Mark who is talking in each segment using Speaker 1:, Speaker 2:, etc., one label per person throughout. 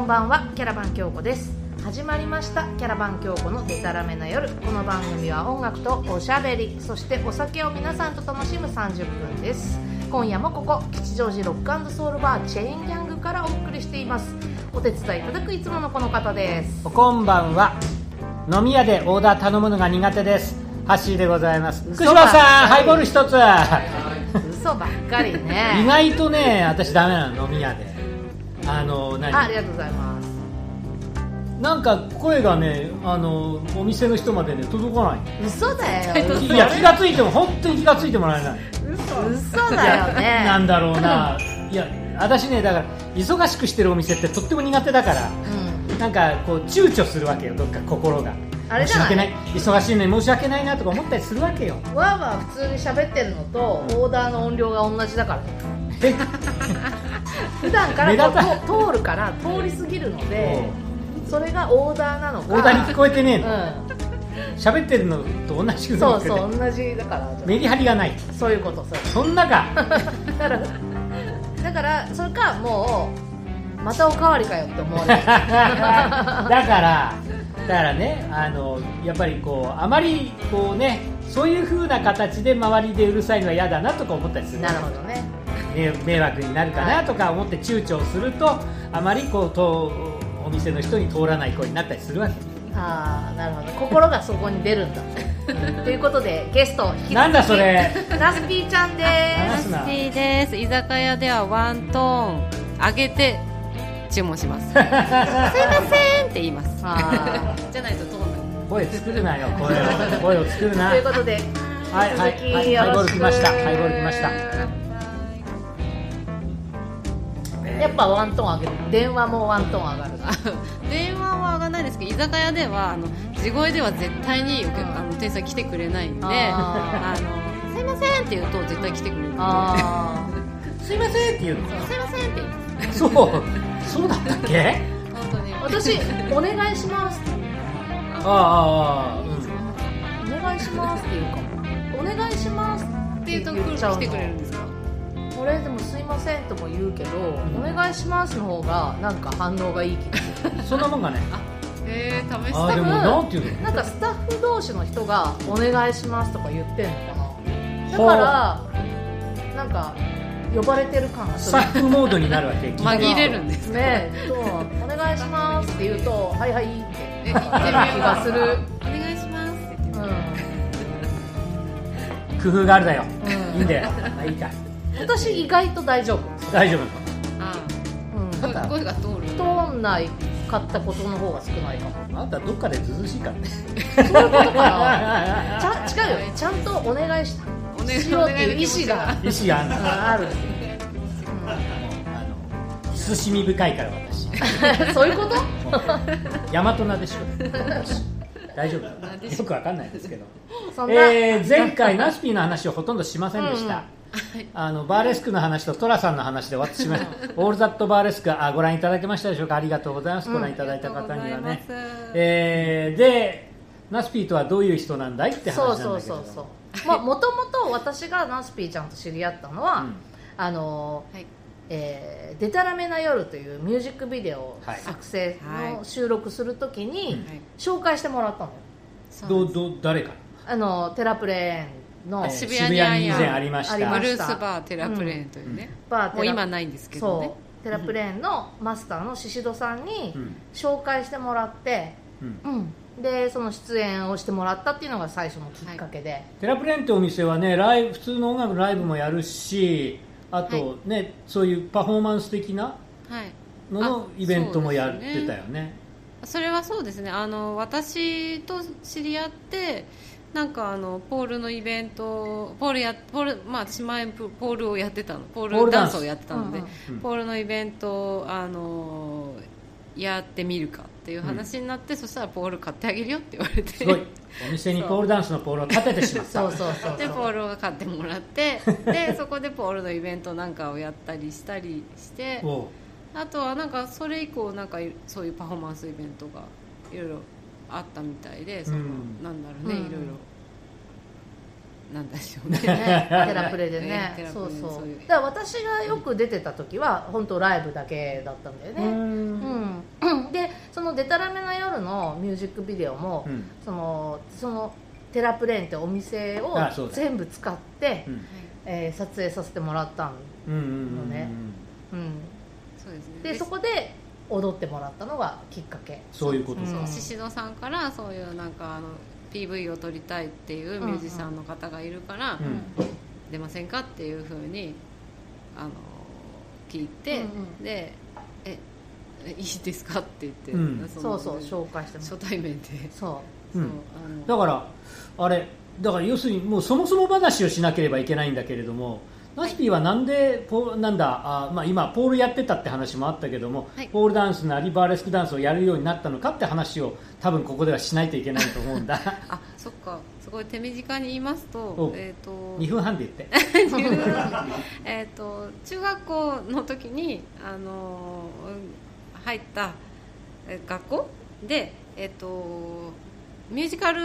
Speaker 1: んばんはキャラバン京子です始まりましたキャラバン京子のデタラメな夜この番組は音楽とおしゃべりそしてお酒を皆さんと楽しむ30分です今夜もここ吉祥寺ロックソウルバーチェーンギャングからお送りしていますお手伝いいただくいつものこの方です
Speaker 2: おこんばんは飲み屋でオーダー頼むのが苦手ですハッシーでございます
Speaker 1: 嘘
Speaker 2: 福島
Speaker 1: ば
Speaker 2: さ
Speaker 1: っか
Speaker 2: ん
Speaker 1: り
Speaker 2: ハイボール一つ
Speaker 1: 嘘ばっか り
Speaker 2: 意
Speaker 1: ね
Speaker 2: 外とね私ダメなの飲み屋であの
Speaker 1: ああ
Speaker 2: 何
Speaker 1: りがとうございます
Speaker 2: なんか声がねあのお店の人までね届かない
Speaker 1: 嘘だよ
Speaker 2: いや気がついても本当に気がついてもらえない
Speaker 1: 嘘だよ
Speaker 2: いやなん
Speaker 1: ね
Speaker 2: だろうないや私ねだから忙しくしてるお店ってとっても苦手だから
Speaker 1: うん
Speaker 2: なんかこう躊躇するわけよどっか心が
Speaker 1: あれじゃない
Speaker 2: 申し訳ない忙しいのに申し訳ないなとか思ったりするわ けよ
Speaker 1: わーわー普通に喋ってるのとオーダーの音量が同じだから
Speaker 2: え
Speaker 1: 普段か
Speaker 2: 目
Speaker 1: ら
Speaker 2: 立た
Speaker 1: とと通るから通り過ぎるのでそれがオーダーなのか
Speaker 2: オーダーに聞こえてねえの
Speaker 1: う
Speaker 2: 喋、ってるのと同じ
Speaker 1: ん
Speaker 2: く
Speaker 1: そ
Speaker 2: な
Speaker 1: う
Speaker 2: って
Speaker 1: そう同じだから
Speaker 2: メリハリがない
Speaker 1: そういうことそういうこ
Speaker 2: そん中
Speaker 1: とだからだからそれかもうまたおかわりかよって思われ
Speaker 2: だ
Speaker 1: る
Speaker 2: からだからねあのやっぱりこうあまりこうねそういう風な形で周りでうるさいのは嫌だなとか思ったりする
Speaker 1: なるほどね
Speaker 2: 迷迷惑になるかなとか思って躊躇するとあまりこうとお店の人に通らない声になったりするわけ
Speaker 1: ああなるほど心がそこに出るんだということでゲスト引き続き
Speaker 2: なんだそれ
Speaker 1: ナスピーちゃんで
Speaker 2: 話
Speaker 1: す
Speaker 2: す
Speaker 3: ナ
Speaker 2: な
Speaker 3: スティです居酒屋ではワントーン上げて注文しますすいませんって言います
Speaker 1: あ
Speaker 3: じゃないとトー
Speaker 2: 声作るなよ声を声を作る
Speaker 1: ー
Speaker 2: な
Speaker 1: ということで
Speaker 2: はいはい
Speaker 1: 引き続
Speaker 2: はい
Speaker 1: きよ
Speaker 2: ハイボー
Speaker 1: ろ
Speaker 2: ル
Speaker 1: し
Speaker 2: 来
Speaker 1: く
Speaker 2: ましたハイボール来ました
Speaker 1: やっぱワントーン上げる電話もワントーン上がる
Speaker 3: ン電話は上がらないですけど居酒屋ではあの地声では絶対にお客
Speaker 1: うん
Speaker 3: あの店員さん来てくれないんで
Speaker 1: あ
Speaker 3: あのすいませんって言うと絶対来てくれるんで
Speaker 1: あー
Speaker 2: すいませんって言うの
Speaker 3: すいませんって言います
Speaker 2: そうそうだったっけ
Speaker 3: 本当に
Speaker 1: 私お願いします
Speaker 2: ああああうん
Speaker 1: お願いしますって言うかもお願いしますっ
Speaker 3: ってて
Speaker 1: 言う
Speaker 3: 言う
Speaker 1: と
Speaker 3: と
Speaker 1: 来
Speaker 3: 来てくれるんですか
Speaker 1: 俺でもすいませんとも言うけど、
Speaker 2: ん
Speaker 1: お願いしますの方がなんか反応がいい気がす
Speaker 2: そんなもんがね
Speaker 3: えー、試
Speaker 2: ああ
Speaker 3: し
Speaker 2: で
Speaker 3: た
Speaker 2: もなんて言う
Speaker 1: る
Speaker 2: の
Speaker 1: なんかスタッフ同士の人が「お願いします」とか言ってんのかなだからなんか呼ばれてる感が
Speaker 2: ス
Speaker 1: す
Speaker 2: タ
Speaker 1: る
Speaker 2: ッフモードになるわけ
Speaker 3: 紛れるんです
Speaker 1: ねえそうお願いしますって言うと「はいはい」って
Speaker 3: え
Speaker 1: 言ってる気がす る
Speaker 3: お願いしますって言って
Speaker 1: う
Speaker 3: ます
Speaker 1: ん、
Speaker 2: 工夫があるだよ
Speaker 1: うん
Speaker 2: いいんだよまあいいか
Speaker 1: 私意外と大丈夫、
Speaker 2: 大丈夫
Speaker 3: あ
Speaker 1: うん、
Speaker 3: ー声声が通る
Speaker 1: 通んないかったことの方が少ないかも
Speaker 2: あんたどっかでずずしいからね
Speaker 1: そういうことかなちゃ違うよねちゃんとお願いし
Speaker 3: お願い
Speaker 1: しようっていう意思が
Speaker 2: 意思があん
Speaker 1: う
Speaker 2: だ
Speaker 1: ん
Speaker 2: もう
Speaker 1: ある
Speaker 2: あの慎み深いから 私
Speaker 1: そういうこと
Speaker 2: もう大和なでしょ大丈夫よくわかんないですけど
Speaker 1: そんな、
Speaker 2: えー前回ナスピーの話をほとんどしませんでした、あのバーレスクの話とトラさんの話で終わってしまいました オールザットバーレスクあご覧いただけましたでしょうかありがとうございます、
Speaker 1: うん
Speaker 2: ご覧いただいた方には
Speaker 3: ありがとうござい
Speaker 2: ね
Speaker 3: ます、
Speaker 2: えーでナスピーとはどういう人なんだいって
Speaker 1: そう
Speaker 2: 話なん
Speaker 1: そ
Speaker 2: だ
Speaker 1: う
Speaker 2: けど
Speaker 1: そうそうまあもともと私がナスピーちゃんと知り合ったのは「
Speaker 2: うん
Speaker 1: あの
Speaker 3: はい
Speaker 1: えーデタラメな夜」というミュージックビデオを
Speaker 2: はい
Speaker 1: 作成
Speaker 3: は
Speaker 1: の
Speaker 3: い
Speaker 1: 収録するときに
Speaker 3: はい
Speaker 1: 紹介してもらったのよ
Speaker 3: そう
Speaker 2: ど
Speaker 3: なん
Speaker 2: う
Speaker 3: です
Speaker 2: どう誰か
Speaker 1: あのテラプレーンの
Speaker 2: えー
Speaker 3: 渋谷
Speaker 2: 渋
Speaker 3: にあ
Speaker 2: 谷
Speaker 3: ん
Speaker 2: に以
Speaker 3: や
Speaker 2: 前ありました
Speaker 1: ありま
Speaker 3: ブ
Speaker 1: し
Speaker 3: ルースバーテラプレーンというね、
Speaker 1: バーテ
Speaker 3: もう
Speaker 1: ラ
Speaker 3: 今ないんですけどね
Speaker 1: そうテラプレーンのマスターの宍戸さんに
Speaker 2: うん
Speaker 1: 紹介してもらって、
Speaker 2: うん
Speaker 1: うんでその出演をしてもらったっていうのが最初のきっかけで、
Speaker 2: テラプレーンってお店はねライブ普通の音楽のライブもやるしあとね、そういうパフォーマンス的な
Speaker 3: はい
Speaker 2: のの
Speaker 3: あ
Speaker 2: イベントもやっ
Speaker 3: そうですね
Speaker 2: てたよね
Speaker 3: それはそうですねあの私と知り合ってなんかあのポールのイベントポールやポールまあ私前ポポールをやってたのポ
Speaker 2: ポー
Speaker 3: ー
Speaker 2: ル
Speaker 3: ル
Speaker 2: ダ
Speaker 3: ダ
Speaker 2: ン
Speaker 3: ン
Speaker 2: ス
Speaker 3: スをやってたので
Speaker 1: うん
Speaker 2: うん
Speaker 3: ポールのイベントをあのやってみるかっていう話になって、そしたらポール買ってあげるよって言われて
Speaker 2: すごいお店にポールダンスのポールを立ててしまった
Speaker 1: そうそうそう
Speaker 3: で
Speaker 1: そ
Speaker 3: ポー
Speaker 1: う
Speaker 3: ルを買っても らってでそこでポールのイベントなんかをやったりしたりして
Speaker 2: おう
Speaker 3: あとはなんかそれ以降なんかいそういうパフォーマンスイベントがいろいろあったみたいでその、
Speaker 2: うん
Speaker 3: なんだろうね、
Speaker 1: うん
Speaker 3: いろいろなんでしょうね
Speaker 1: ね、テラプレで
Speaker 3: テ
Speaker 1: ね
Speaker 3: ラプ
Speaker 1: そ
Speaker 3: レ
Speaker 1: う
Speaker 3: で
Speaker 1: そう
Speaker 3: そういう
Speaker 1: だから私がよく出てた時は本当ライブだけだったんだよ
Speaker 2: う
Speaker 1: ね
Speaker 2: ん
Speaker 1: うん、でその「でたらめな夜」のミュージックビデオも、
Speaker 2: うん
Speaker 1: そのそのテラプレーンってお店を
Speaker 2: あそうだ
Speaker 1: 全部使って
Speaker 2: う、ん
Speaker 1: えー撮影させてもらったの、
Speaker 2: うんうんうん
Speaker 1: ねうん、
Speaker 3: そうですね
Speaker 1: でそこで踊ってもらったのがきっかけ
Speaker 2: そういうこと
Speaker 1: う
Speaker 2: か
Speaker 1: ん
Speaker 3: そう宍戸さんからそういうなんかあの PV を撮りたいっていうミュージシャンの方がいるから
Speaker 2: うん
Speaker 3: 出ませんかっていうふうにあの聞いて、
Speaker 1: うんうん
Speaker 3: でええいいですかって言って、
Speaker 2: うん
Speaker 1: そうそう紹介してもら
Speaker 3: 初
Speaker 1: っ
Speaker 3: 対面で、
Speaker 1: たそ
Speaker 2: うん
Speaker 3: そうあの
Speaker 2: だからあれだから要するにもうそもそも話をしなければいけないんだけれどもナスピーはなんでポーなんだあ、まあ、今ポールやってたって話もあったけども、
Speaker 3: はい
Speaker 2: ポールダンスなりバーレスクダンスをやるようになったのかって話を多分ここではしないといけないと思うんだ
Speaker 3: あそっかすごい手短に言いますと
Speaker 2: お
Speaker 3: えっ、と
Speaker 2: 2分半で言って
Speaker 3: えー、と中学校の時に、あのー入ったえー学校で、えー、とミュージカル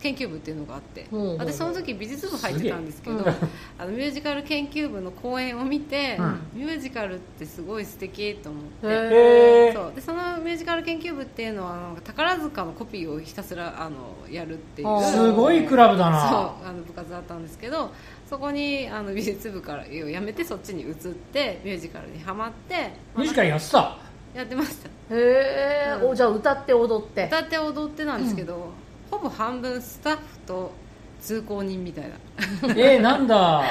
Speaker 3: 研究部っていうのがあって、
Speaker 1: ほうほうほう
Speaker 3: 私その時美術部入ってたんですけど
Speaker 1: すげえ
Speaker 3: あのミュージカル研究部の講演を見て、
Speaker 2: うん
Speaker 3: ミュージカルってすごい素敵と思っ
Speaker 1: う
Speaker 3: て。
Speaker 1: へ
Speaker 2: へ
Speaker 1: ー
Speaker 3: そうでそのミュージカル研究部っていうのはあの宝塚のコピーをひたすらあのやるっていう
Speaker 1: あー
Speaker 2: すごいクラブだな
Speaker 3: そうあの部活だったんですけどそこにあの美術部からを辞めてそっちに移ってミュージカルにハマって
Speaker 2: ミュージカルやってた
Speaker 3: やってました
Speaker 1: へえ、
Speaker 3: うん
Speaker 1: おじゃあ歌って踊って
Speaker 3: 歌って踊ってなんですけど、ほぼ半分スタッフと通行人みたいな
Speaker 2: えー、なんだ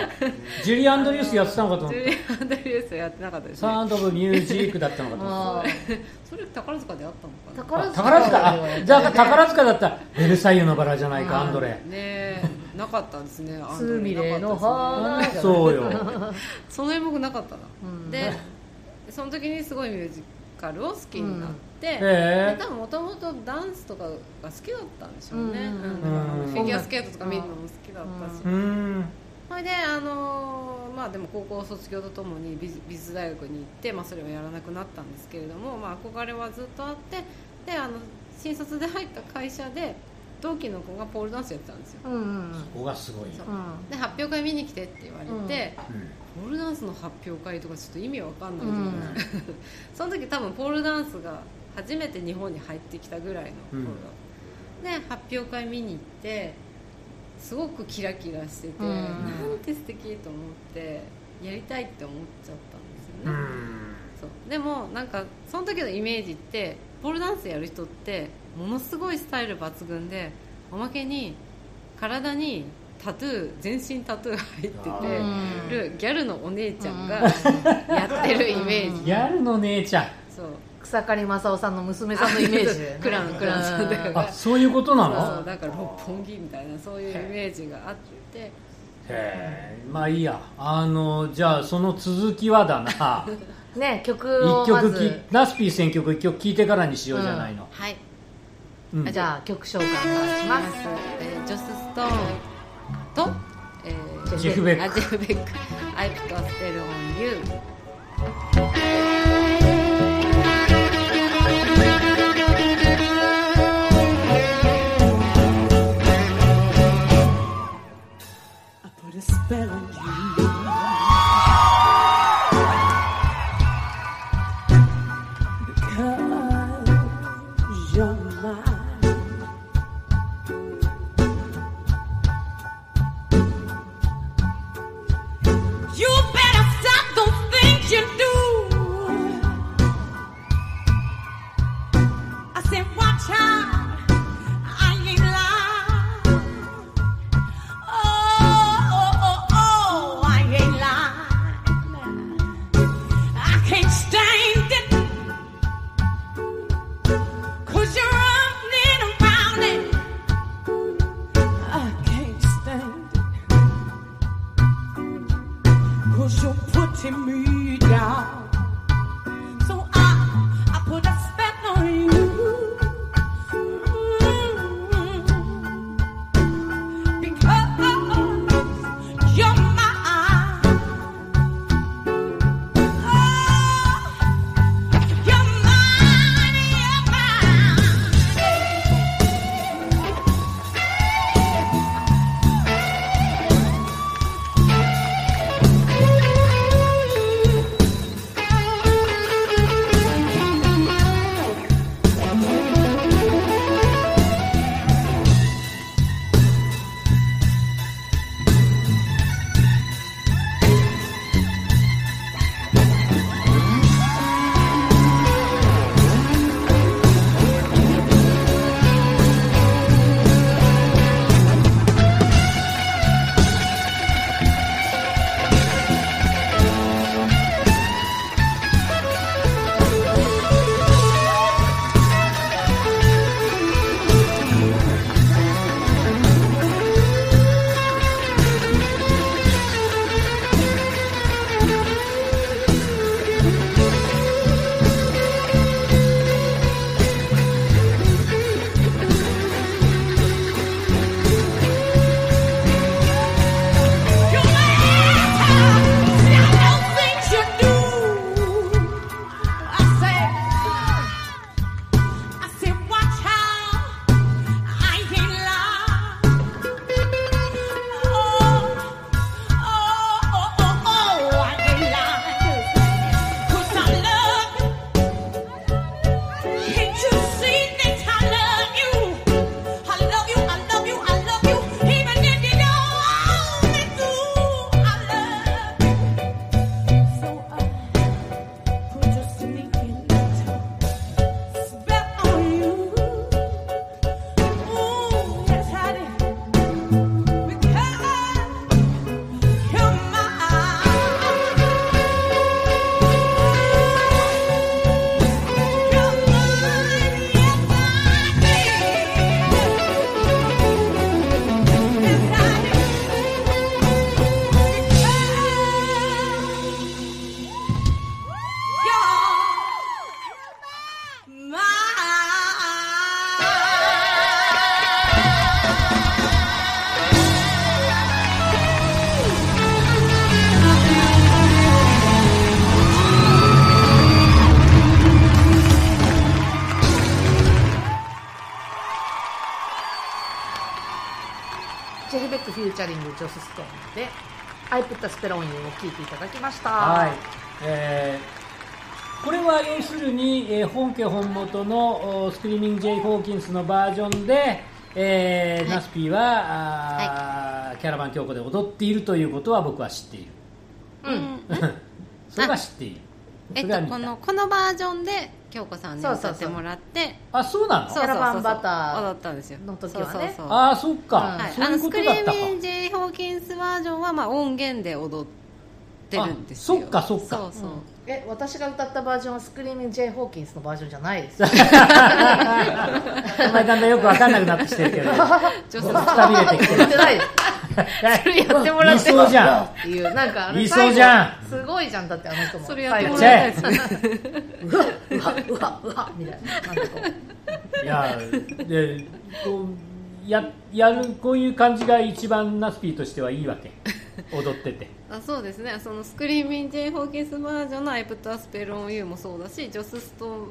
Speaker 2: ジュリー・アンドリュースやってたのかと思っ
Speaker 3: ジ
Speaker 2: た
Speaker 3: ュリー・アンドリュースはやってなかったです
Speaker 2: サ
Speaker 3: ね
Speaker 2: ウンド・オブ・ミュージックだったのかと思った
Speaker 1: あ
Speaker 3: それ宝塚であったのか
Speaker 1: ー
Speaker 3: な
Speaker 2: あ宝塚あじゃあ宝塚だったら「ベルサイユのバラ」じゃないか、
Speaker 1: うん
Speaker 2: アンドレ
Speaker 3: ねえなかったですねアン
Speaker 1: ス
Speaker 3: ドレ
Speaker 1: ーミレの
Speaker 3: なかった
Speaker 1: 花じ
Speaker 3: ですね
Speaker 1: ゃない
Speaker 2: そうよ
Speaker 3: その演目なかったな、
Speaker 1: うん
Speaker 3: でその時にすごいミュージカルを好きになって、
Speaker 2: え
Speaker 3: で多分もともとダンスとかが好きだったんでしょうね、
Speaker 1: うん
Speaker 3: うんだから
Speaker 2: うん
Speaker 3: フィギュアスケートとか見るのも好きだったし、
Speaker 2: ー、うん
Speaker 3: それであのーまあでも高校卒業とともに美術美術大学に行って、まあ、それはやらなくなったんですけれども、まあ、憧れはずっとあってであの新卒で入った会社で同期の子がポールダンスやってたんですよ
Speaker 1: うんうん
Speaker 2: ここがすごいよ
Speaker 3: そう
Speaker 1: うん
Speaker 3: で発表会見に来てって言われて、
Speaker 1: うん
Speaker 3: ポールダンスの発表会とかちょっと意味わかんな
Speaker 1: う
Speaker 3: いじゃない
Speaker 1: ん
Speaker 3: その時多分ポールダンスが初めて日本に入ってきたぐらいの頃、で発表会見に行ってすごくキラキラしてて、
Speaker 1: うん
Speaker 3: なんて素敵と思ってやりたいって思っちゃった
Speaker 2: うん
Speaker 3: ですよね、
Speaker 2: ん
Speaker 3: そうでもなんかその時のイメージってポールダンスやる人ってものすごいスタイル抜群でおまけに体にタトゥー全身タトゥー入
Speaker 2: あ
Speaker 3: ってて
Speaker 2: ー
Speaker 3: るギャルのお姉ちゃんが
Speaker 1: う
Speaker 3: やってるイメージ、
Speaker 2: ギャルの姉ちゃん
Speaker 3: そう
Speaker 1: 草刈正雄さんの娘さんのイメージだよね
Speaker 3: クランクランさんだよ
Speaker 2: あそういうことなの
Speaker 3: そうだから六本木みたいなそういうイメージがあって
Speaker 2: へえまあいいやあのじゃあその続きはだな
Speaker 1: ね曲を
Speaker 2: 一
Speaker 1: ま
Speaker 2: 曲
Speaker 1: ず
Speaker 2: きラスピー選曲一曲聴いてからにしようじゃないの、
Speaker 3: はい
Speaker 2: うん
Speaker 1: じゃあ曲紹介お願いし
Speaker 3: ま
Speaker 1: ます
Speaker 3: ず、えージョス・ストーンと、えー
Speaker 2: ジェフ・ベッ
Speaker 3: あ
Speaker 2: ク
Speaker 3: ジェフ・ベック「I put a spell on you」
Speaker 4: I put a spell on you. Because you're mine. You better stop those things you do. I said, watch out. I ain't lying. Oh, oh, oh, oh, I ain't lying. I can't stand it. Cause you're running around it. I can't stand it. Cause you're putting me down. So I, I put a spell on you. Mm-hmm. Oh,
Speaker 1: シェフベックフューチャリングジョスストーンで「I put a spell on you」を聴いていただきました
Speaker 2: はい、えーこれは要するに、えー本家本元のおスクリーミング・ジェイ・ホーキンスのバージョンで、えー
Speaker 1: はい
Speaker 2: ナスピーはあー、キャラバン京子で踊っているということは僕は知っている
Speaker 1: うん
Speaker 2: それは知っている
Speaker 3: えっ
Speaker 2: それは
Speaker 3: と
Speaker 2: 見た
Speaker 3: このこのバージョンで京子さんに
Speaker 1: そうそうそ
Speaker 3: 歌
Speaker 1: う
Speaker 3: ってもらって
Speaker 2: あそうなの
Speaker 3: そうそうそうそう
Speaker 1: キャラバンバター
Speaker 3: 踊ったんですよ
Speaker 1: の時はね
Speaker 3: そうそうそう
Speaker 2: ああそっか、
Speaker 3: はい、
Speaker 2: そう
Speaker 3: あ
Speaker 2: い
Speaker 3: の
Speaker 2: うこ
Speaker 3: スク
Speaker 2: と
Speaker 3: リ
Speaker 2: だったか
Speaker 3: ーミン・ジェイ・ホーキンスバージョンはまあ音源で踊ってるんですよ
Speaker 2: あそっかそっか
Speaker 3: そうそう、
Speaker 1: え私が歌ったバージョンはスクリーミング・ジェイ・ホーキンスのバージョンじゃない です
Speaker 2: お前だんだんよくわかんなくなってきてるけ ど
Speaker 3: 女
Speaker 2: もうく
Speaker 3: 性
Speaker 2: たびれてきて
Speaker 1: 言って
Speaker 2: る
Speaker 1: ないですそれやってもらって
Speaker 2: 理想じゃん
Speaker 1: っていうなんかあの
Speaker 2: 理想じゃ
Speaker 1: 最後すごいじゃんだってあの人も
Speaker 3: それやっても
Speaker 2: も
Speaker 3: ら
Speaker 2: ら
Speaker 3: い
Speaker 2: い
Speaker 3: た
Speaker 2: た
Speaker 3: いで
Speaker 1: 最後うわうわうわうわみたいななんかこう
Speaker 2: いやでこうややるこういう感じが一番ナスピーとしてはいいわけ踊ってて
Speaker 3: あそうですねそのスクリーミン・ジェイ・ホーキンスバージョンの「アイプトアスペルオンユーもそうだしジョス・ストーン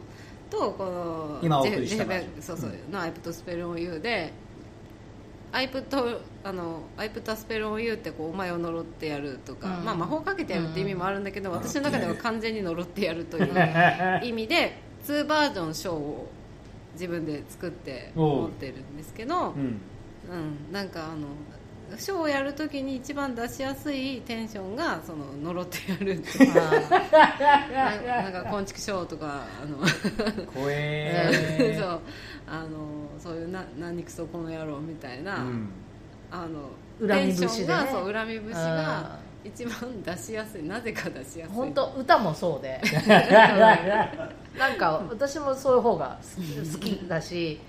Speaker 3: とこの
Speaker 2: 今お
Speaker 3: ジ
Speaker 2: 送
Speaker 3: ェ
Speaker 2: り
Speaker 3: ジ
Speaker 2: し
Speaker 3: ェ
Speaker 2: た
Speaker 3: フベ
Speaker 2: バージョン
Speaker 3: そうそうの「アイプトスペルオンユーで「アイプトあのアイプトアスペルオンユーってこうお前を呪ってやるとか、
Speaker 1: うん
Speaker 3: まあ、魔法かけてやるって意味もあるんだけど、私の中では完全に呪ってやるという意味で2バージョンショーを自分で作って持ってるんですけ
Speaker 2: う
Speaker 3: ど、
Speaker 2: ん
Speaker 3: うん、なんかあのショーをやるときに一番出しやすいテンションがその呪ってや るとかななんか昆虫ショーとかあの、
Speaker 2: 怖
Speaker 3: そ
Speaker 2: え
Speaker 3: うあのそういうな何くそこの野郎みたいな、
Speaker 2: うん
Speaker 3: あの
Speaker 1: 恨
Speaker 3: テ
Speaker 1: み
Speaker 3: ンシ
Speaker 1: 節
Speaker 3: ョン
Speaker 1: でね
Speaker 3: がそう恨み節が
Speaker 1: あ
Speaker 3: 一番出しやすいなぜか出しやすい
Speaker 1: 本当歌もそうでなんか私もそういう方が好き好きだし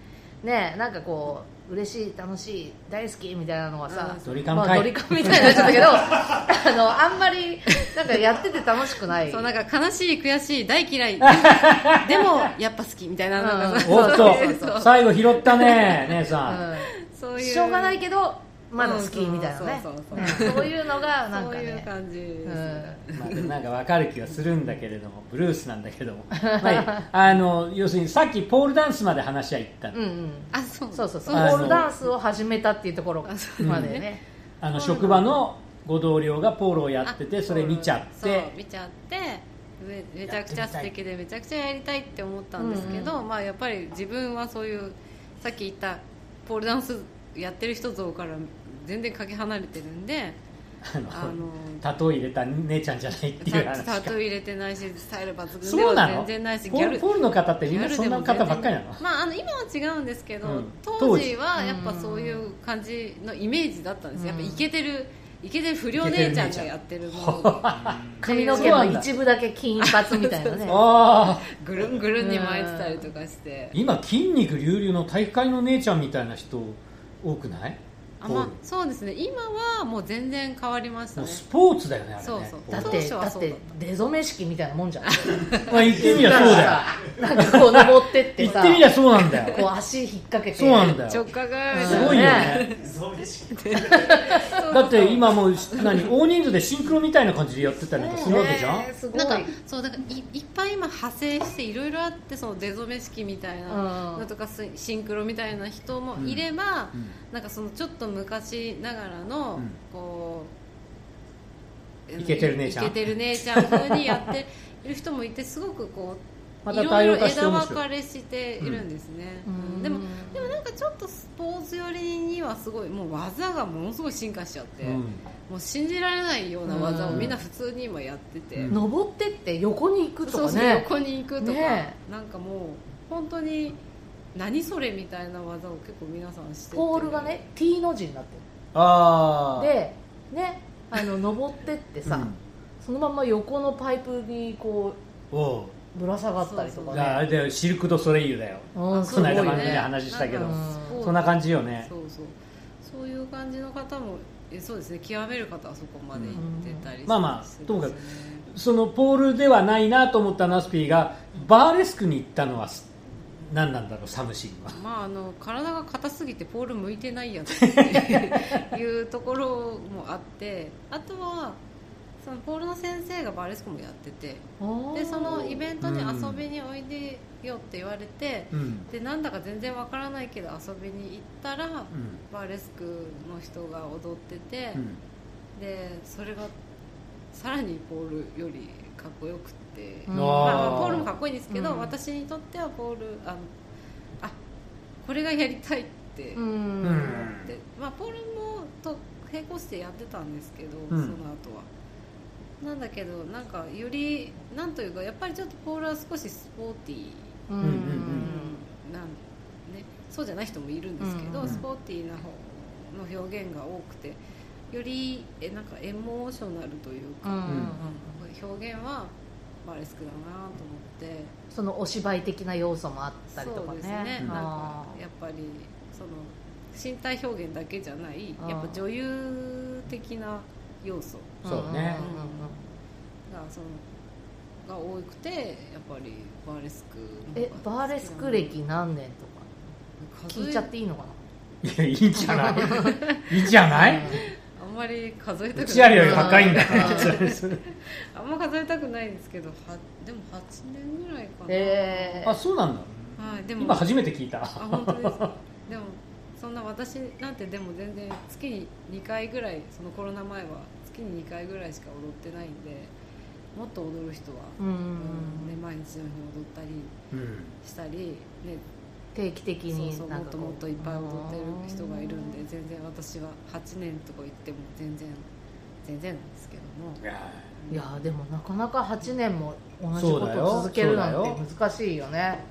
Speaker 1: ねなんかこう嬉しい楽しい大好きみたいなのはさ
Speaker 3: うん
Speaker 2: ドリカム
Speaker 1: まあ
Speaker 2: 会
Speaker 1: ドリカムみたいになっちゃった けどあのあんまりなんかやってて楽しくない
Speaker 3: そうなんか悲しい悔しい大嫌 いでもやっぱ好きみたいななんか
Speaker 1: うん
Speaker 2: おっと
Speaker 3: そうそう
Speaker 2: 最後拾ったね姉さん
Speaker 3: そう
Speaker 1: うん
Speaker 3: いう
Speaker 1: しょうがないけどまだ好きみたいなね
Speaker 3: そうそうそう
Speaker 1: ねそういうのがなんか
Speaker 3: そういう
Speaker 1: ね
Speaker 3: 感じです、
Speaker 1: うん
Speaker 2: まあでもなんかわかる気はするんだけれどもブルースなんだけども、はい、あの要するにさっきポールダンスまで話は行ったの、
Speaker 1: うんうん
Speaker 3: あそう
Speaker 1: そうそうそうポ
Speaker 2: あの
Speaker 1: ールダンスを始めたっていうところ
Speaker 3: あそう
Speaker 1: までね
Speaker 2: あの職場のご同僚がポールをやっててそれ見ちゃっ
Speaker 3: そう
Speaker 2: て
Speaker 3: 見ちゃってめめちゃくちゃ素敵でめちゃくちゃやりたいって思ったんですけど、まあやっぱり自分はそういうさっき言ったポールダンスやってる人像から全然かけ離れてるんで
Speaker 2: あの
Speaker 3: あの
Speaker 2: 例え入れた姉ちゃんじゃないっていう
Speaker 3: タ
Speaker 2: 話
Speaker 3: タト
Speaker 2: か
Speaker 3: ゥー入れてないしスタイル抜群で
Speaker 2: そうな
Speaker 3: は
Speaker 2: の
Speaker 3: 全然ないし
Speaker 2: ポールポールの方ってみんなそんな方ばっかりなの
Speaker 3: まあ、あの今は違うんですけど、
Speaker 2: うん
Speaker 3: 当時はやっぱそういう感じのイメージだったんです、やっぱイケてるイケてる不良姉ちゃんがやってるもの
Speaker 1: 髪の毛の一部だけ金髪みたい なね
Speaker 2: ああ
Speaker 3: ぐるんぐるんに巻いてたりとかして、
Speaker 2: 今筋肉隆々の体育会の姉ちゃんみたいな人多くない
Speaker 3: あ
Speaker 2: ポ
Speaker 3: ま
Speaker 2: ー
Speaker 3: あ
Speaker 2: ル、
Speaker 3: そうですね今はもう全然変わりました
Speaker 2: もう
Speaker 3: ね
Speaker 2: スポーツだよねあれね
Speaker 3: そうそう
Speaker 2: ポ
Speaker 1: だ
Speaker 2: ー
Speaker 1: っ
Speaker 2: ル
Speaker 1: て
Speaker 3: 当初
Speaker 1: だ
Speaker 3: は
Speaker 1: っ
Speaker 3: そうだ
Speaker 1: て出初め式みたいなもんじゃんそ
Speaker 2: まあ言ってみりゃそうだよ
Speaker 1: なんかこう登ってって
Speaker 2: 言
Speaker 1: さ
Speaker 2: ってみりゃそうなんだ
Speaker 1: こう
Speaker 2: よ
Speaker 1: 足引っ掛けて
Speaker 2: そうなんだよ
Speaker 3: 直下が
Speaker 2: すごいよねだって今もう何大人数でシンクロみたいな感じでやってたりとかするわけじゃん、
Speaker 1: ねすごい
Speaker 3: なんかそうだからいいっぱい今派生していろいろあってその出初め式みたいな
Speaker 1: うん
Speaker 3: のとかすシンクロみたいな人もいれば、
Speaker 2: うん
Speaker 3: なんかそのちょっと昔ながらの、
Speaker 2: うん
Speaker 3: こう
Speaker 2: イケてる姉ちゃん
Speaker 3: イケてる姉ちゃん風にやっている人もいてすごくこう
Speaker 2: ま
Speaker 3: い
Speaker 2: た
Speaker 3: ろ
Speaker 2: 多
Speaker 3: い
Speaker 2: 様
Speaker 3: ろ
Speaker 2: 化して
Speaker 3: 枝
Speaker 2: 面
Speaker 3: 分
Speaker 2: 白
Speaker 3: か
Speaker 2: い
Speaker 3: れしているんですね、
Speaker 1: うん
Speaker 3: うんでもでもなんかちょっとスポーツ寄りにはすごいもう技がものすごい進化しちゃって、
Speaker 2: うん
Speaker 3: もう信じられないような技をみんな普通に今やってて、
Speaker 2: うん
Speaker 1: 登ってって横に行くと
Speaker 3: そう
Speaker 1: か
Speaker 3: そう
Speaker 1: ね
Speaker 3: 横に行くとか、
Speaker 1: ね
Speaker 3: なんかもう本当に何それみたいな技を結構皆さんしてて
Speaker 1: ポールがね T の字になって
Speaker 2: あ
Speaker 1: る
Speaker 2: あ
Speaker 1: でねあの登ってってさ、
Speaker 2: うん
Speaker 1: そのまんま横のパイプにこ
Speaker 2: おう
Speaker 1: うぶら下がったりとか
Speaker 2: じゃああ
Speaker 1: ね
Speaker 2: れだよシルク・ド・ソレイユだよ
Speaker 1: うんす
Speaker 3: そ
Speaker 2: こ
Speaker 1: ご
Speaker 3: う
Speaker 1: い
Speaker 2: の
Speaker 3: だ
Speaker 2: 間番
Speaker 3: よね
Speaker 1: ね
Speaker 2: 組で話したけど、
Speaker 1: うん
Speaker 3: そう
Speaker 2: そんな感じよね
Speaker 3: そうそうそういう感じの方もえそうですね極める方はそこまで行ってたり
Speaker 2: うんまあまあ
Speaker 3: する
Speaker 2: ともかく
Speaker 3: ですね
Speaker 2: そのポールではないなと思ったナスピーがバーレスクに行ったのはす何なんだろうサムシンは
Speaker 3: まああの体が硬すぎてポール向いてないやつっていういうところもあってあとはそのポールの先生がバーレスコもやっててで
Speaker 1: で
Speaker 3: そのイベントに
Speaker 2: うん
Speaker 3: 遊びにおいでよって言われて、
Speaker 2: うん
Speaker 3: でなんだか全然わからないけど遊びに行ったら、
Speaker 2: うん
Speaker 3: バーレスクの人が踊ってて、
Speaker 2: うん
Speaker 3: でそれがさらにポールよりかっこよくて、
Speaker 1: うん
Speaker 3: まあまあ、ポールもかっこいいんですけど、
Speaker 1: うん
Speaker 3: 私にとってはポールあのあこれがやりたいって
Speaker 1: う
Speaker 3: 思って、
Speaker 1: ん、
Speaker 2: うん
Speaker 3: まあ、ポールもと並行してやってたんですけど、
Speaker 2: ん
Speaker 3: その後は。なんだけどなんかよりなんというかやっぱりちょっとポールは少しスポーティー
Speaker 1: うん
Speaker 2: うん
Speaker 3: なんね、そうじゃない人もいるんですけど、
Speaker 1: うん
Speaker 2: うん
Speaker 3: スポーティーな方の表現が多くてよりえなんかエモーショナルという
Speaker 1: う
Speaker 3: か、
Speaker 1: んうん
Speaker 3: 表現はバレスクだなと思って
Speaker 1: そのお芝居的な要素もあったりと
Speaker 3: そ
Speaker 1: か
Speaker 3: う
Speaker 1: ね
Speaker 3: ですねなん
Speaker 1: あ
Speaker 3: かやっぱりその身体表現だけじゃないやっぱ女優的な要素
Speaker 1: ー
Speaker 2: そうね
Speaker 1: んうんうん
Speaker 3: がそのが多くてやっぱりバレスクの
Speaker 1: え
Speaker 3: 方が
Speaker 1: バー
Speaker 3: 好きだな
Speaker 1: レスク歴何年とか
Speaker 3: 数え
Speaker 1: 聞いちゃっていいのか
Speaker 2: いやいいんじゃないいいんじゃ
Speaker 1: な、
Speaker 2: ない
Speaker 3: あんまり数えたくな
Speaker 2: う
Speaker 3: い
Speaker 2: ちよりより若いんだか
Speaker 1: う
Speaker 2: ら
Speaker 1: ん
Speaker 2: それそれ
Speaker 3: あんま数えたくないんですけどはでも8年ぐらいかな、
Speaker 1: えー
Speaker 2: あそうなんだ
Speaker 3: はい、でも
Speaker 2: 今初めて聞いた
Speaker 3: あ本当ですかでもそんな私なんてでも全然月に2回ぐらいそのコロナ前は月に2回ぐらいしか踊ってないんでもっと踊る人は、
Speaker 1: う
Speaker 3: うんね、
Speaker 1: ん
Speaker 3: 毎日のように踊ったり
Speaker 2: うん
Speaker 3: したり、ね、
Speaker 1: 定期的に
Speaker 3: そうそ
Speaker 1: な
Speaker 3: うも
Speaker 1: ん
Speaker 3: っ
Speaker 1: か
Speaker 3: と
Speaker 1: こう
Speaker 3: もっといっぱい踊ってる人がいるんで全然私は8年とか言っても全然全然なんですけども
Speaker 2: いや
Speaker 1: いやーでもなかなか8年も同じ
Speaker 2: そ
Speaker 1: こ
Speaker 2: うだ
Speaker 1: と
Speaker 2: よ
Speaker 1: を続けるなん
Speaker 2: そうだよ
Speaker 1: て難しいよ ね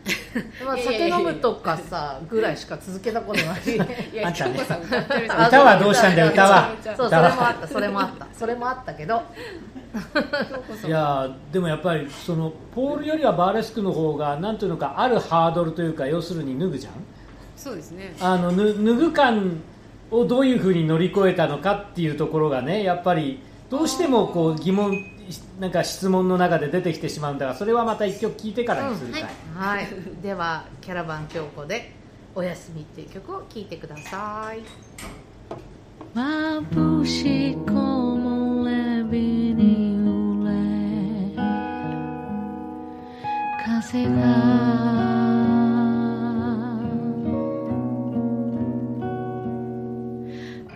Speaker 1: まあ
Speaker 3: いやいや
Speaker 1: 酒
Speaker 3: いや
Speaker 1: 飲むとかさぐらいしか続けたことない
Speaker 3: いや
Speaker 2: あんたね
Speaker 3: 京子さん歌ってるじゃ ん
Speaker 2: 歌はどうしたんだよ
Speaker 1: あそうそうそうそ
Speaker 2: 歌は歌
Speaker 1: れも
Speaker 2: は
Speaker 1: あったそれもあったそれもあったけど
Speaker 3: 京子
Speaker 2: い
Speaker 3: さん
Speaker 2: やーでもやっぱりそのポールよりはバーレスクの方がなんというのかあるハードルというか要するに脱ぐじゃん
Speaker 3: そうですね
Speaker 2: あのぬ脱ぐ感をどういうふうに乗り越えたのかっていうところがねやっぱりどうしてもこう疑問しなんか質問の中で出てきてしまうんだがそれはまた一曲聴いてからにするかい、
Speaker 3: うんはい
Speaker 1: はいではキャラバン京子で「おやすみ」っていう曲を聴いてください
Speaker 4: 眩しい木漏れ日に揺れ風が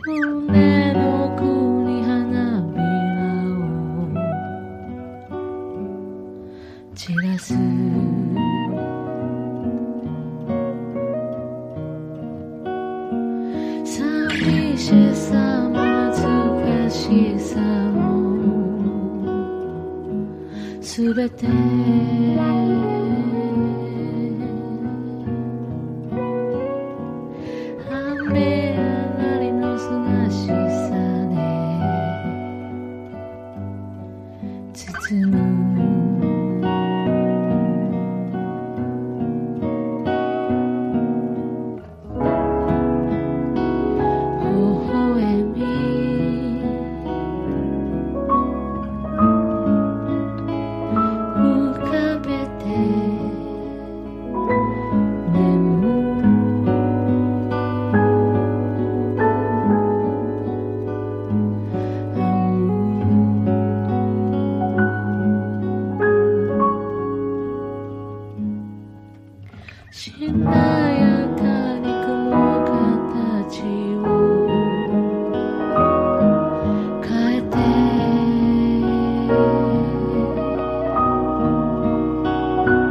Speaker 4: 胸の奥に花びらを散らす寂しさも恥ずかしさもすべて雨上がりのすがしさで包む微笑み浮かべて眠るしなやかに雲形を変えて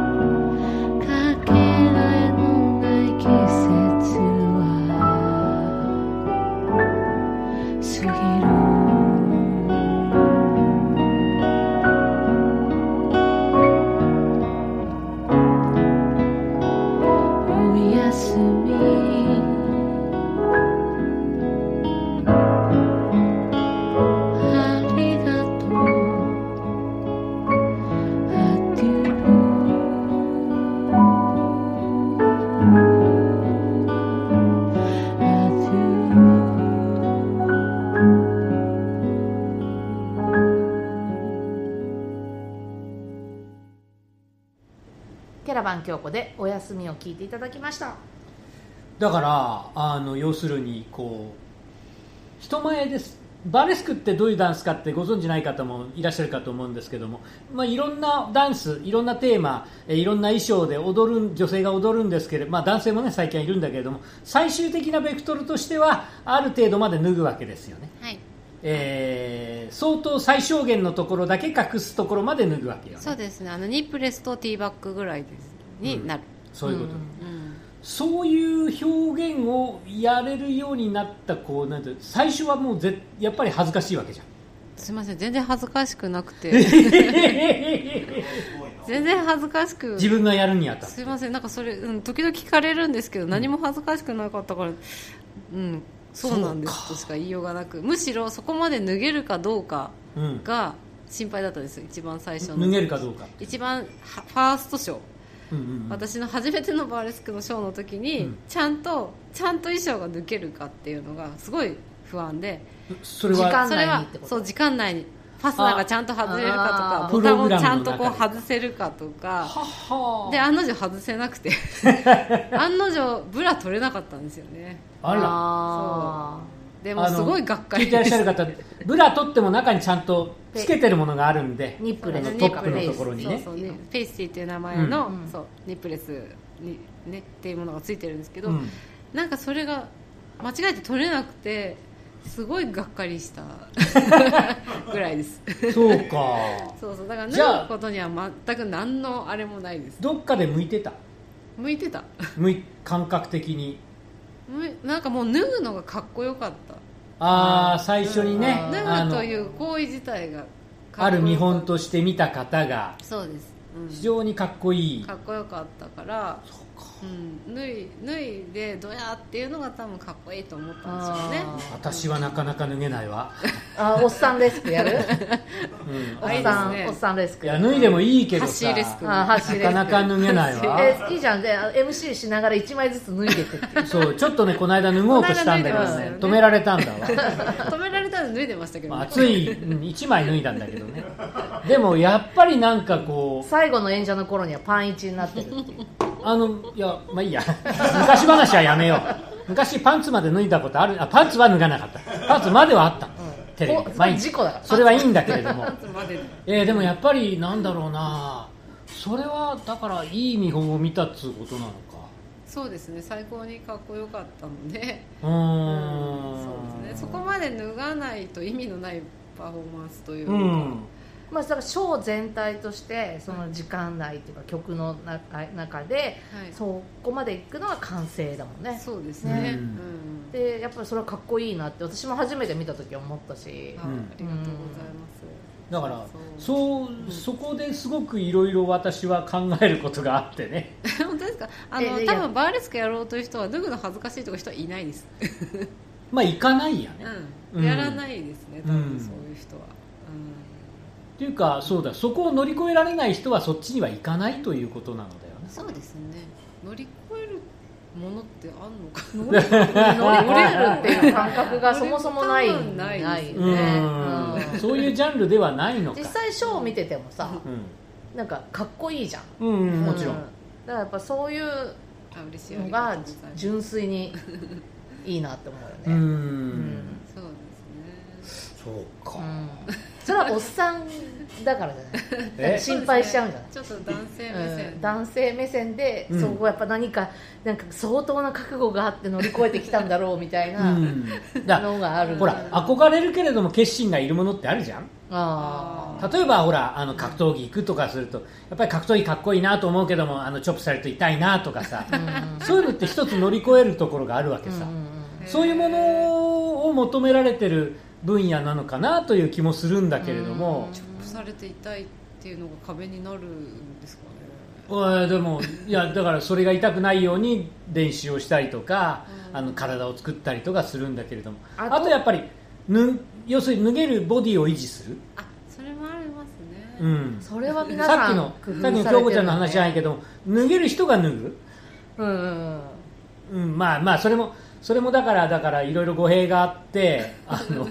Speaker 4: かけがえのない季節は過ぎるおやすみありがとうアデューアデュー
Speaker 1: キャラバン京子で「おやすみ」を聴いていただきました
Speaker 2: だからあの要するにこう人前ですバレスクってどういうダンスかってご存知ない方もいらっしゃるかと思うんですけども、まあ、いろんなダンス、いろんなテーマ、えいろんな衣装で踊るん女性が踊るんですけれど、まあ、男性も、ね、最近はいるんだけれども最終的なベクトルとしてはある程度まで脱ぐわけですよね、
Speaker 3: はい
Speaker 2: えー相当最小限のところだけ隠すところまで脱ぐわけよね
Speaker 3: そうですねあのニップレスとティーバックぐらいですになる、
Speaker 2: そういうこと、
Speaker 1: うん
Speaker 3: うん
Speaker 2: そういう表現をやれるようになったこうなんて最初はもうぜやっぱり恥ずかしいわけじゃん
Speaker 3: すいません全然恥ずかしくなくて全然恥ずかしく
Speaker 2: 自分がやるにあたって
Speaker 3: すいませんなんかそれ、うん、時々聞かれるんですけど何も恥ずかしくなかったからうんそうなんで
Speaker 2: そう
Speaker 3: す
Speaker 2: か
Speaker 3: としか言いようがなくむしろそこまで脱げるかどうか
Speaker 2: うん、
Speaker 3: が心配だったんです一番最初の
Speaker 2: 脱げるかどうか、
Speaker 3: 一番はファーストショー、
Speaker 2: うんうんうん
Speaker 3: 私の初めてのバーレスクのショーの時に、
Speaker 2: うん
Speaker 3: ちゃんとちゃんと衣装が抜けるかっていうのがすごい不安で
Speaker 2: それ
Speaker 1: 時間
Speaker 2: は
Speaker 3: それ
Speaker 1: 内に
Speaker 3: は
Speaker 1: ってこと
Speaker 3: そう時間内にファスナーがちゃんと外れる
Speaker 1: あ
Speaker 3: か
Speaker 1: ー
Speaker 3: とかボタン
Speaker 2: プログ
Speaker 3: をち
Speaker 2: ラム
Speaker 3: ゃ
Speaker 2: の
Speaker 3: んとこう
Speaker 2: 中で
Speaker 3: 外せるかとか
Speaker 2: はは
Speaker 3: で案の定外せなく て案の定ブラ取れなかったんですよね
Speaker 2: あら
Speaker 1: あ
Speaker 3: で
Speaker 2: あ
Speaker 3: も
Speaker 2: の
Speaker 3: すごいがっか
Speaker 2: 聞い
Speaker 3: り
Speaker 2: てらっ
Speaker 3: で
Speaker 2: し
Speaker 3: す
Speaker 2: ゃる方ブラ取っても中にちゃんとつけてるものがあるんで
Speaker 1: ニップレス
Speaker 2: あのトップのところにね
Speaker 3: そうそうペイスティっていう名前の、
Speaker 1: うん
Speaker 3: そうニップレスに、ね、っていうものがついてるんですけど、
Speaker 2: うん
Speaker 3: なんかそれが間違えて取れなくてすごいがっか りしたぐらいです
Speaker 2: そうか
Speaker 3: そうそうだから
Speaker 2: じゃあ
Speaker 3: 脱ぐことには全く何のあれもないです
Speaker 2: どっかで向いてた
Speaker 3: 向いてた
Speaker 2: 向い感覚的に
Speaker 3: 向いなんかもう脱ぐのがかっこよかった
Speaker 2: ああ最初にね
Speaker 1: うん
Speaker 2: あ
Speaker 3: 脱ぐ
Speaker 2: の
Speaker 3: という行為自体がかっこよかった
Speaker 2: ある見本として見た方が
Speaker 3: そうです、うん
Speaker 2: 非常にかっこいい
Speaker 3: かっこよかったからうん、脱い脱いでどやっていうのが多分かっこいいと思ったんですよね
Speaker 1: あ
Speaker 2: 私はなかなか脱げないわ、
Speaker 1: あおっさんレスク やる
Speaker 2: うん、
Speaker 1: お
Speaker 3: あい
Speaker 1: っ
Speaker 3: いで
Speaker 1: さ
Speaker 3: す
Speaker 1: ん、
Speaker 3: ね
Speaker 1: おっさんレスク
Speaker 2: いや脱いでもいいけど
Speaker 3: 走
Speaker 2: さ
Speaker 3: りですけど
Speaker 1: あ
Speaker 2: な
Speaker 1: 走レス
Speaker 2: か
Speaker 1: ク
Speaker 2: なか脱げないわ
Speaker 1: えいいじゃんで MC しながら1枚ずつ脱いでいくっていう
Speaker 2: そうちょっとねこの間脱ごうとしたんだけど
Speaker 1: この間脱いで
Speaker 2: ね
Speaker 3: ます
Speaker 2: 止められたんだわ
Speaker 3: 止められたら脱いでましたけど、
Speaker 2: まあ
Speaker 3: ね、
Speaker 2: 暑いうん一枚脱いだんだけどねでもやっぱりなんかこう
Speaker 1: 最後の演者の頃にはパンイチになってるっていう
Speaker 2: あのいやまあいいや昔話はやめよう昔パンツまで脱いだことあるあパンツは脱がなかったパンツまではあった、テレビで
Speaker 1: お
Speaker 2: まあいい
Speaker 1: 事故だから
Speaker 2: それはいいんだけれども
Speaker 3: パンツまで
Speaker 2: えーでもやっぱりなんだろうなそれはだからいい見本を見たっつうことなのか
Speaker 3: そうですね最高にかっこよかったので
Speaker 2: うー
Speaker 3: う
Speaker 2: ん
Speaker 3: そうですねそこまで脱がないと意味のないパフォーマンスというか、
Speaker 2: うん
Speaker 1: まあ、だからショー全体としてその時間内っていうか曲の中中で
Speaker 3: はい、そ
Speaker 1: そこまで行くのは完成だもん
Speaker 3: う
Speaker 1: ね
Speaker 3: ですね、
Speaker 2: う
Speaker 3: うんん
Speaker 1: でやっぱりそれはかっこいいなって私も初めて見た時は思ったし
Speaker 3: あありがとうございます、
Speaker 2: だから
Speaker 3: そう
Speaker 2: そうそこですごくいろいろ私は考えることがあってね
Speaker 3: 本当ですかあ
Speaker 1: え
Speaker 3: の
Speaker 1: いや
Speaker 3: 多分バーレスクやろうという人は脱ぐの恥ずかしいとか人はいないです、
Speaker 2: まあ行かないやね、っ
Speaker 3: うん、やらないですね多
Speaker 2: うん
Speaker 3: 分そういう人は、
Speaker 2: ていうかそうだそこを乗り越えられない人はそっちには行かないということなのだよ
Speaker 3: うん、
Speaker 2: ね
Speaker 3: そうですね乗り越えるものってあんのか
Speaker 1: 乗 り乗れるっていう感覚がそもそもない
Speaker 3: 多分ないです
Speaker 1: よね
Speaker 2: うんそういうジャンルではないの
Speaker 1: うん
Speaker 2: か
Speaker 1: 実際ショーを見ててもさ
Speaker 2: う
Speaker 1: なんかかっこいいじゃん
Speaker 2: ん、うん、もちろん、
Speaker 1: うだからやっぱそういう
Speaker 3: あ嬉しいあ
Speaker 1: の
Speaker 3: りが
Speaker 1: が
Speaker 3: とうございます
Speaker 1: 純粋にいいなって思う
Speaker 2: う
Speaker 1: よねうんん
Speaker 3: そうですね
Speaker 2: そう
Speaker 1: う
Speaker 2: か、
Speaker 1: んそれはおっさんだからじゃない
Speaker 2: え
Speaker 1: 心配しちゃうんじゃない
Speaker 3: そうですねちょっと男性目線、
Speaker 1: うん男性目線で、
Speaker 2: うん
Speaker 1: そこはやっぱ何かなんか相当な覚悟があって乗り越えてきたんだろうみたいな
Speaker 2: うん、だ
Speaker 1: のがある、
Speaker 2: ほら憧れるけれども決心がいるものってあるじゃん
Speaker 1: あー
Speaker 2: 例えばほらあの格闘技行くとかするとやっぱり格闘技かっこいいなと思うけどもあのチョップされると痛いなとかさ、そういうのって一つ乗り越えるところがあるわけさ、
Speaker 1: うんうん
Speaker 2: そういうものを求められてる分野なのかなという気もするんだけれども、
Speaker 3: チョップされて痛いっていうのが壁になるんですかね
Speaker 2: おいでもいやだからそれが痛くないように練習をしたりとか、
Speaker 3: うん
Speaker 2: あの体を作ったりとかするんだけれどもあ
Speaker 1: あ
Speaker 2: と
Speaker 1: と
Speaker 2: やっぱりぬ要するに脱げるボディを維持する、
Speaker 3: あそれもありますね、
Speaker 2: う
Speaker 3: あ
Speaker 2: ん、
Speaker 1: それは皆
Speaker 2: さっ
Speaker 1: さ
Speaker 2: き
Speaker 1: ん
Speaker 2: の
Speaker 1: 工夫
Speaker 2: さっきの
Speaker 1: されてる
Speaker 2: 京子ちゃんの話じゃないけども脱げる人が脱ぐ、
Speaker 1: うんうんうん
Speaker 2: うん、まあまあそれもそれもだからだからいろいろ語弊があってあ の、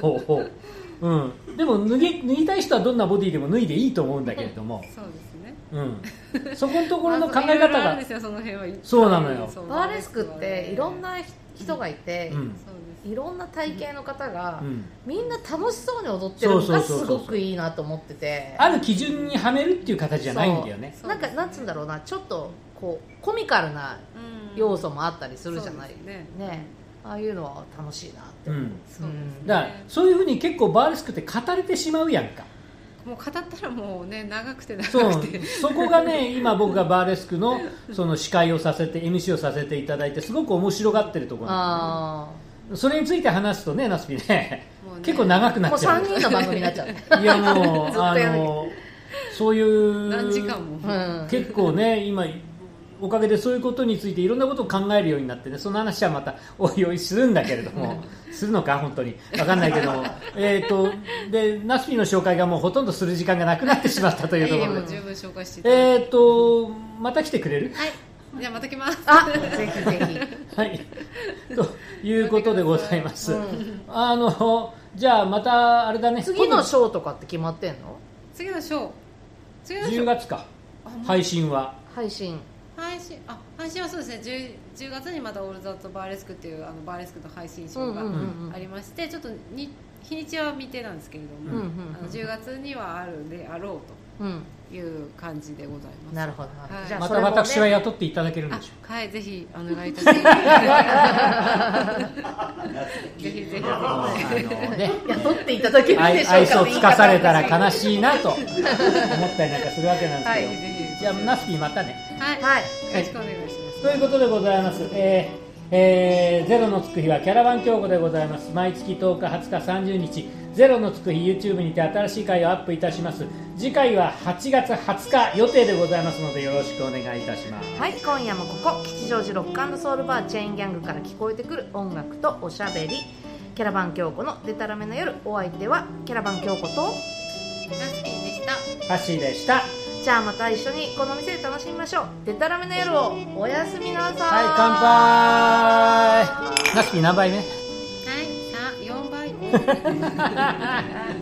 Speaker 2: うん、でも脱げ脱ぎたい人はどんなボディでも脱いでいいと思うんだけれども
Speaker 3: そうですねね
Speaker 2: うん、そこのところの考え
Speaker 3: まあいろ
Speaker 2: 方
Speaker 3: いろあるん
Speaker 2: が
Speaker 3: ですよその辺は
Speaker 2: そうなのよ
Speaker 3: そう
Speaker 1: バ
Speaker 3: なん
Speaker 1: ーレ
Speaker 3: で
Speaker 1: ス
Speaker 3: す
Speaker 1: ク
Speaker 3: よ
Speaker 1: っていろんな人がいて
Speaker 2: う、ん
Speaker 3: そうです
Speaker 1: いろんな体型の方が、
Speaker 2: うん
Speaker 1: みんな楽しそうに踊ってるの
Speaker 2: そう
Speaker 1: が
Speaker 2: そうそう
Speaker 1: す
Speaker 2: そう
Speaker 1: ごくいいなと思ってて
Speaker 2: ある基準にはめるっていう形じゃないんだよね
Speaker 1: なんかなんつうんだろうなちょっとこうコミカルな
Speaker 3: うん
Speaker 1: 要素もあったりするじゃない、
Speaker 3: そうですね
Speaker 1: ねああいうのは楽しいなって
Speaker 2: う
Speaker 1: 思う、
Speaker 2: ん
Speaker 3: そうですね
Speaker 2: だからそういうふうに結構バーレスクって語れてしまうやんか
Speaker 3: もう語ったらもうね長くて
Speaker 2: そ
Speaker 3: 長
Speaker 2: う
Speaker 3: くて
Speaker 2: そこがね今僕がバーレスクのその司会をさせて MC をさせていただいてすごく面白がってるところなん
Speaker 1: あ
Speaker 2: ですそれについて話すとねナスピね
Speaker 3: もうね
Speaker 2: 結構長く
Speaker 1: あ
Speaker 2: な
Speaker 1: もう
Speaker 2: っちゃう
Speaker 1: 3人の番組になっ ちゃう、
Speaker 2: いやも
Speaker 1: ずっ
Speaker 2: う
Speaker 1: とや
Speaker 2: あ
Speaker 1: る
Speaker 2: のそういう
Speaker 3: 何時間も、
Speaker 1: うん、
Speaker 2: 結構ね今おかげでそういうことについていろんなことを考えるようになってねその話はまたおいおいするんだけれどもするのか本当にわかんないけどもえっとでナスピの紹介がもうほとんどする時間がなくなってしまったというとこ
Speaker 3: いい
Speaker 2: ろ
Speaker 3: も
Speaker 2: で
Speaker 3: う十分紹介していただい
Speaker 2: えっとまた来てくれる
Speaker 3: てはいじゃあまた来ます
Speaker 1: あぜひぜひ
Speaker 2: はい、ということでございます。
Speaker 1: うん
Speaker 2: あのじゃあまたあれだね。
Speaker 1: 次の
Speaker 2: 今
Speaker 1: ショーとかって決まってんの
Speaker 3: 次のショー次
Speaker 2: 度
Speaker 3: のショ
Speaker 2: 10
Speaker 3: ー
Speaker 2: 月か
Speaker 3: あもう
Speaker 2: 配信は。
Speaker 1: 配信
Speaker 3: 配信あ配信はそうですね 10, 10月にまた「オールザットバーレスク」っていうあのバーレスクの配信ショー
Speaker 1: うん
Speaker 2: うん
Speaker 1: うん
Speaker 3: がありまして、ちょっとに日にちは未定なんですけれど
Speaker 1: うんう
Speaker 3: も、
Speaker 1: ん
Speaker 3: あの10月にはあるであろう
Speaker 1: うんうん
Speaker 3: という感じでございます
Speaker 1: なるほどなるほど
Speaker 3: はい
Speaker 1: じゃあ
Speaker 2: ま
Speaker 1: そ
Speaker 2: た
Speaker 1: れもね
Speaker 2: 私は雇っていただけるんでしょ
Speaker 3: あはいぜひお願いいたし ますぜひぜ
Speaker 2: う
Speaker 3: ひ
Speaker 2: か。あのね。
Speaker 1: 雇っていただけるんで
Speaker 2: 愛
Speaker 1: しょうかっ
Speaker 2: 愛想
Speaker 1: て言
Speaker 2: つ
Speaker 1: い方
Speaker 2: か
Speaker 1: お
Speaker 2: さ
Speaker 1: し
Speaker 2: れ
Speaker 1: い
Speaker 2: たら悲しいな と思ったりなんかするわけなんですけ
Speaker 1: は
Speaker 2: ど、
Speaker 1: い
Speaker 3: ぜひ
Speaker 2: じゃあナスピーまたね。
Speaker 3: はい、
Speaker 1: はい
Speaker 3: よろしくお願いし
Speaker 2: と
Speaker 3: ます、
Speaker 2: いうことでございます、えーえーゼロのつく日はキャラバン競歩でございます毎月10日20日30日ゼロのつく日 YouTube にて新しい回をアップいたします次回は8月20日予定でございますのでよろしくお願いいたします
Speaker 1: はい、今夜もここ吉祥寺ロックンドソウルバーチェーンギャングから聞こえてくる音楽とおしゃべりキャラバン京子のデタラメな夜お相手はキャラバン京子と
Speaker 3: ナスキンでした
Speaker 2: ハッシーでした
Speaker 1: じゃあまた一緒にこの店で楽しみましょうデタラメな夜をおやすみなさい
Speaker 2: はい乾杯ナスピー何杯目
Speaker 3: はいさあ4倍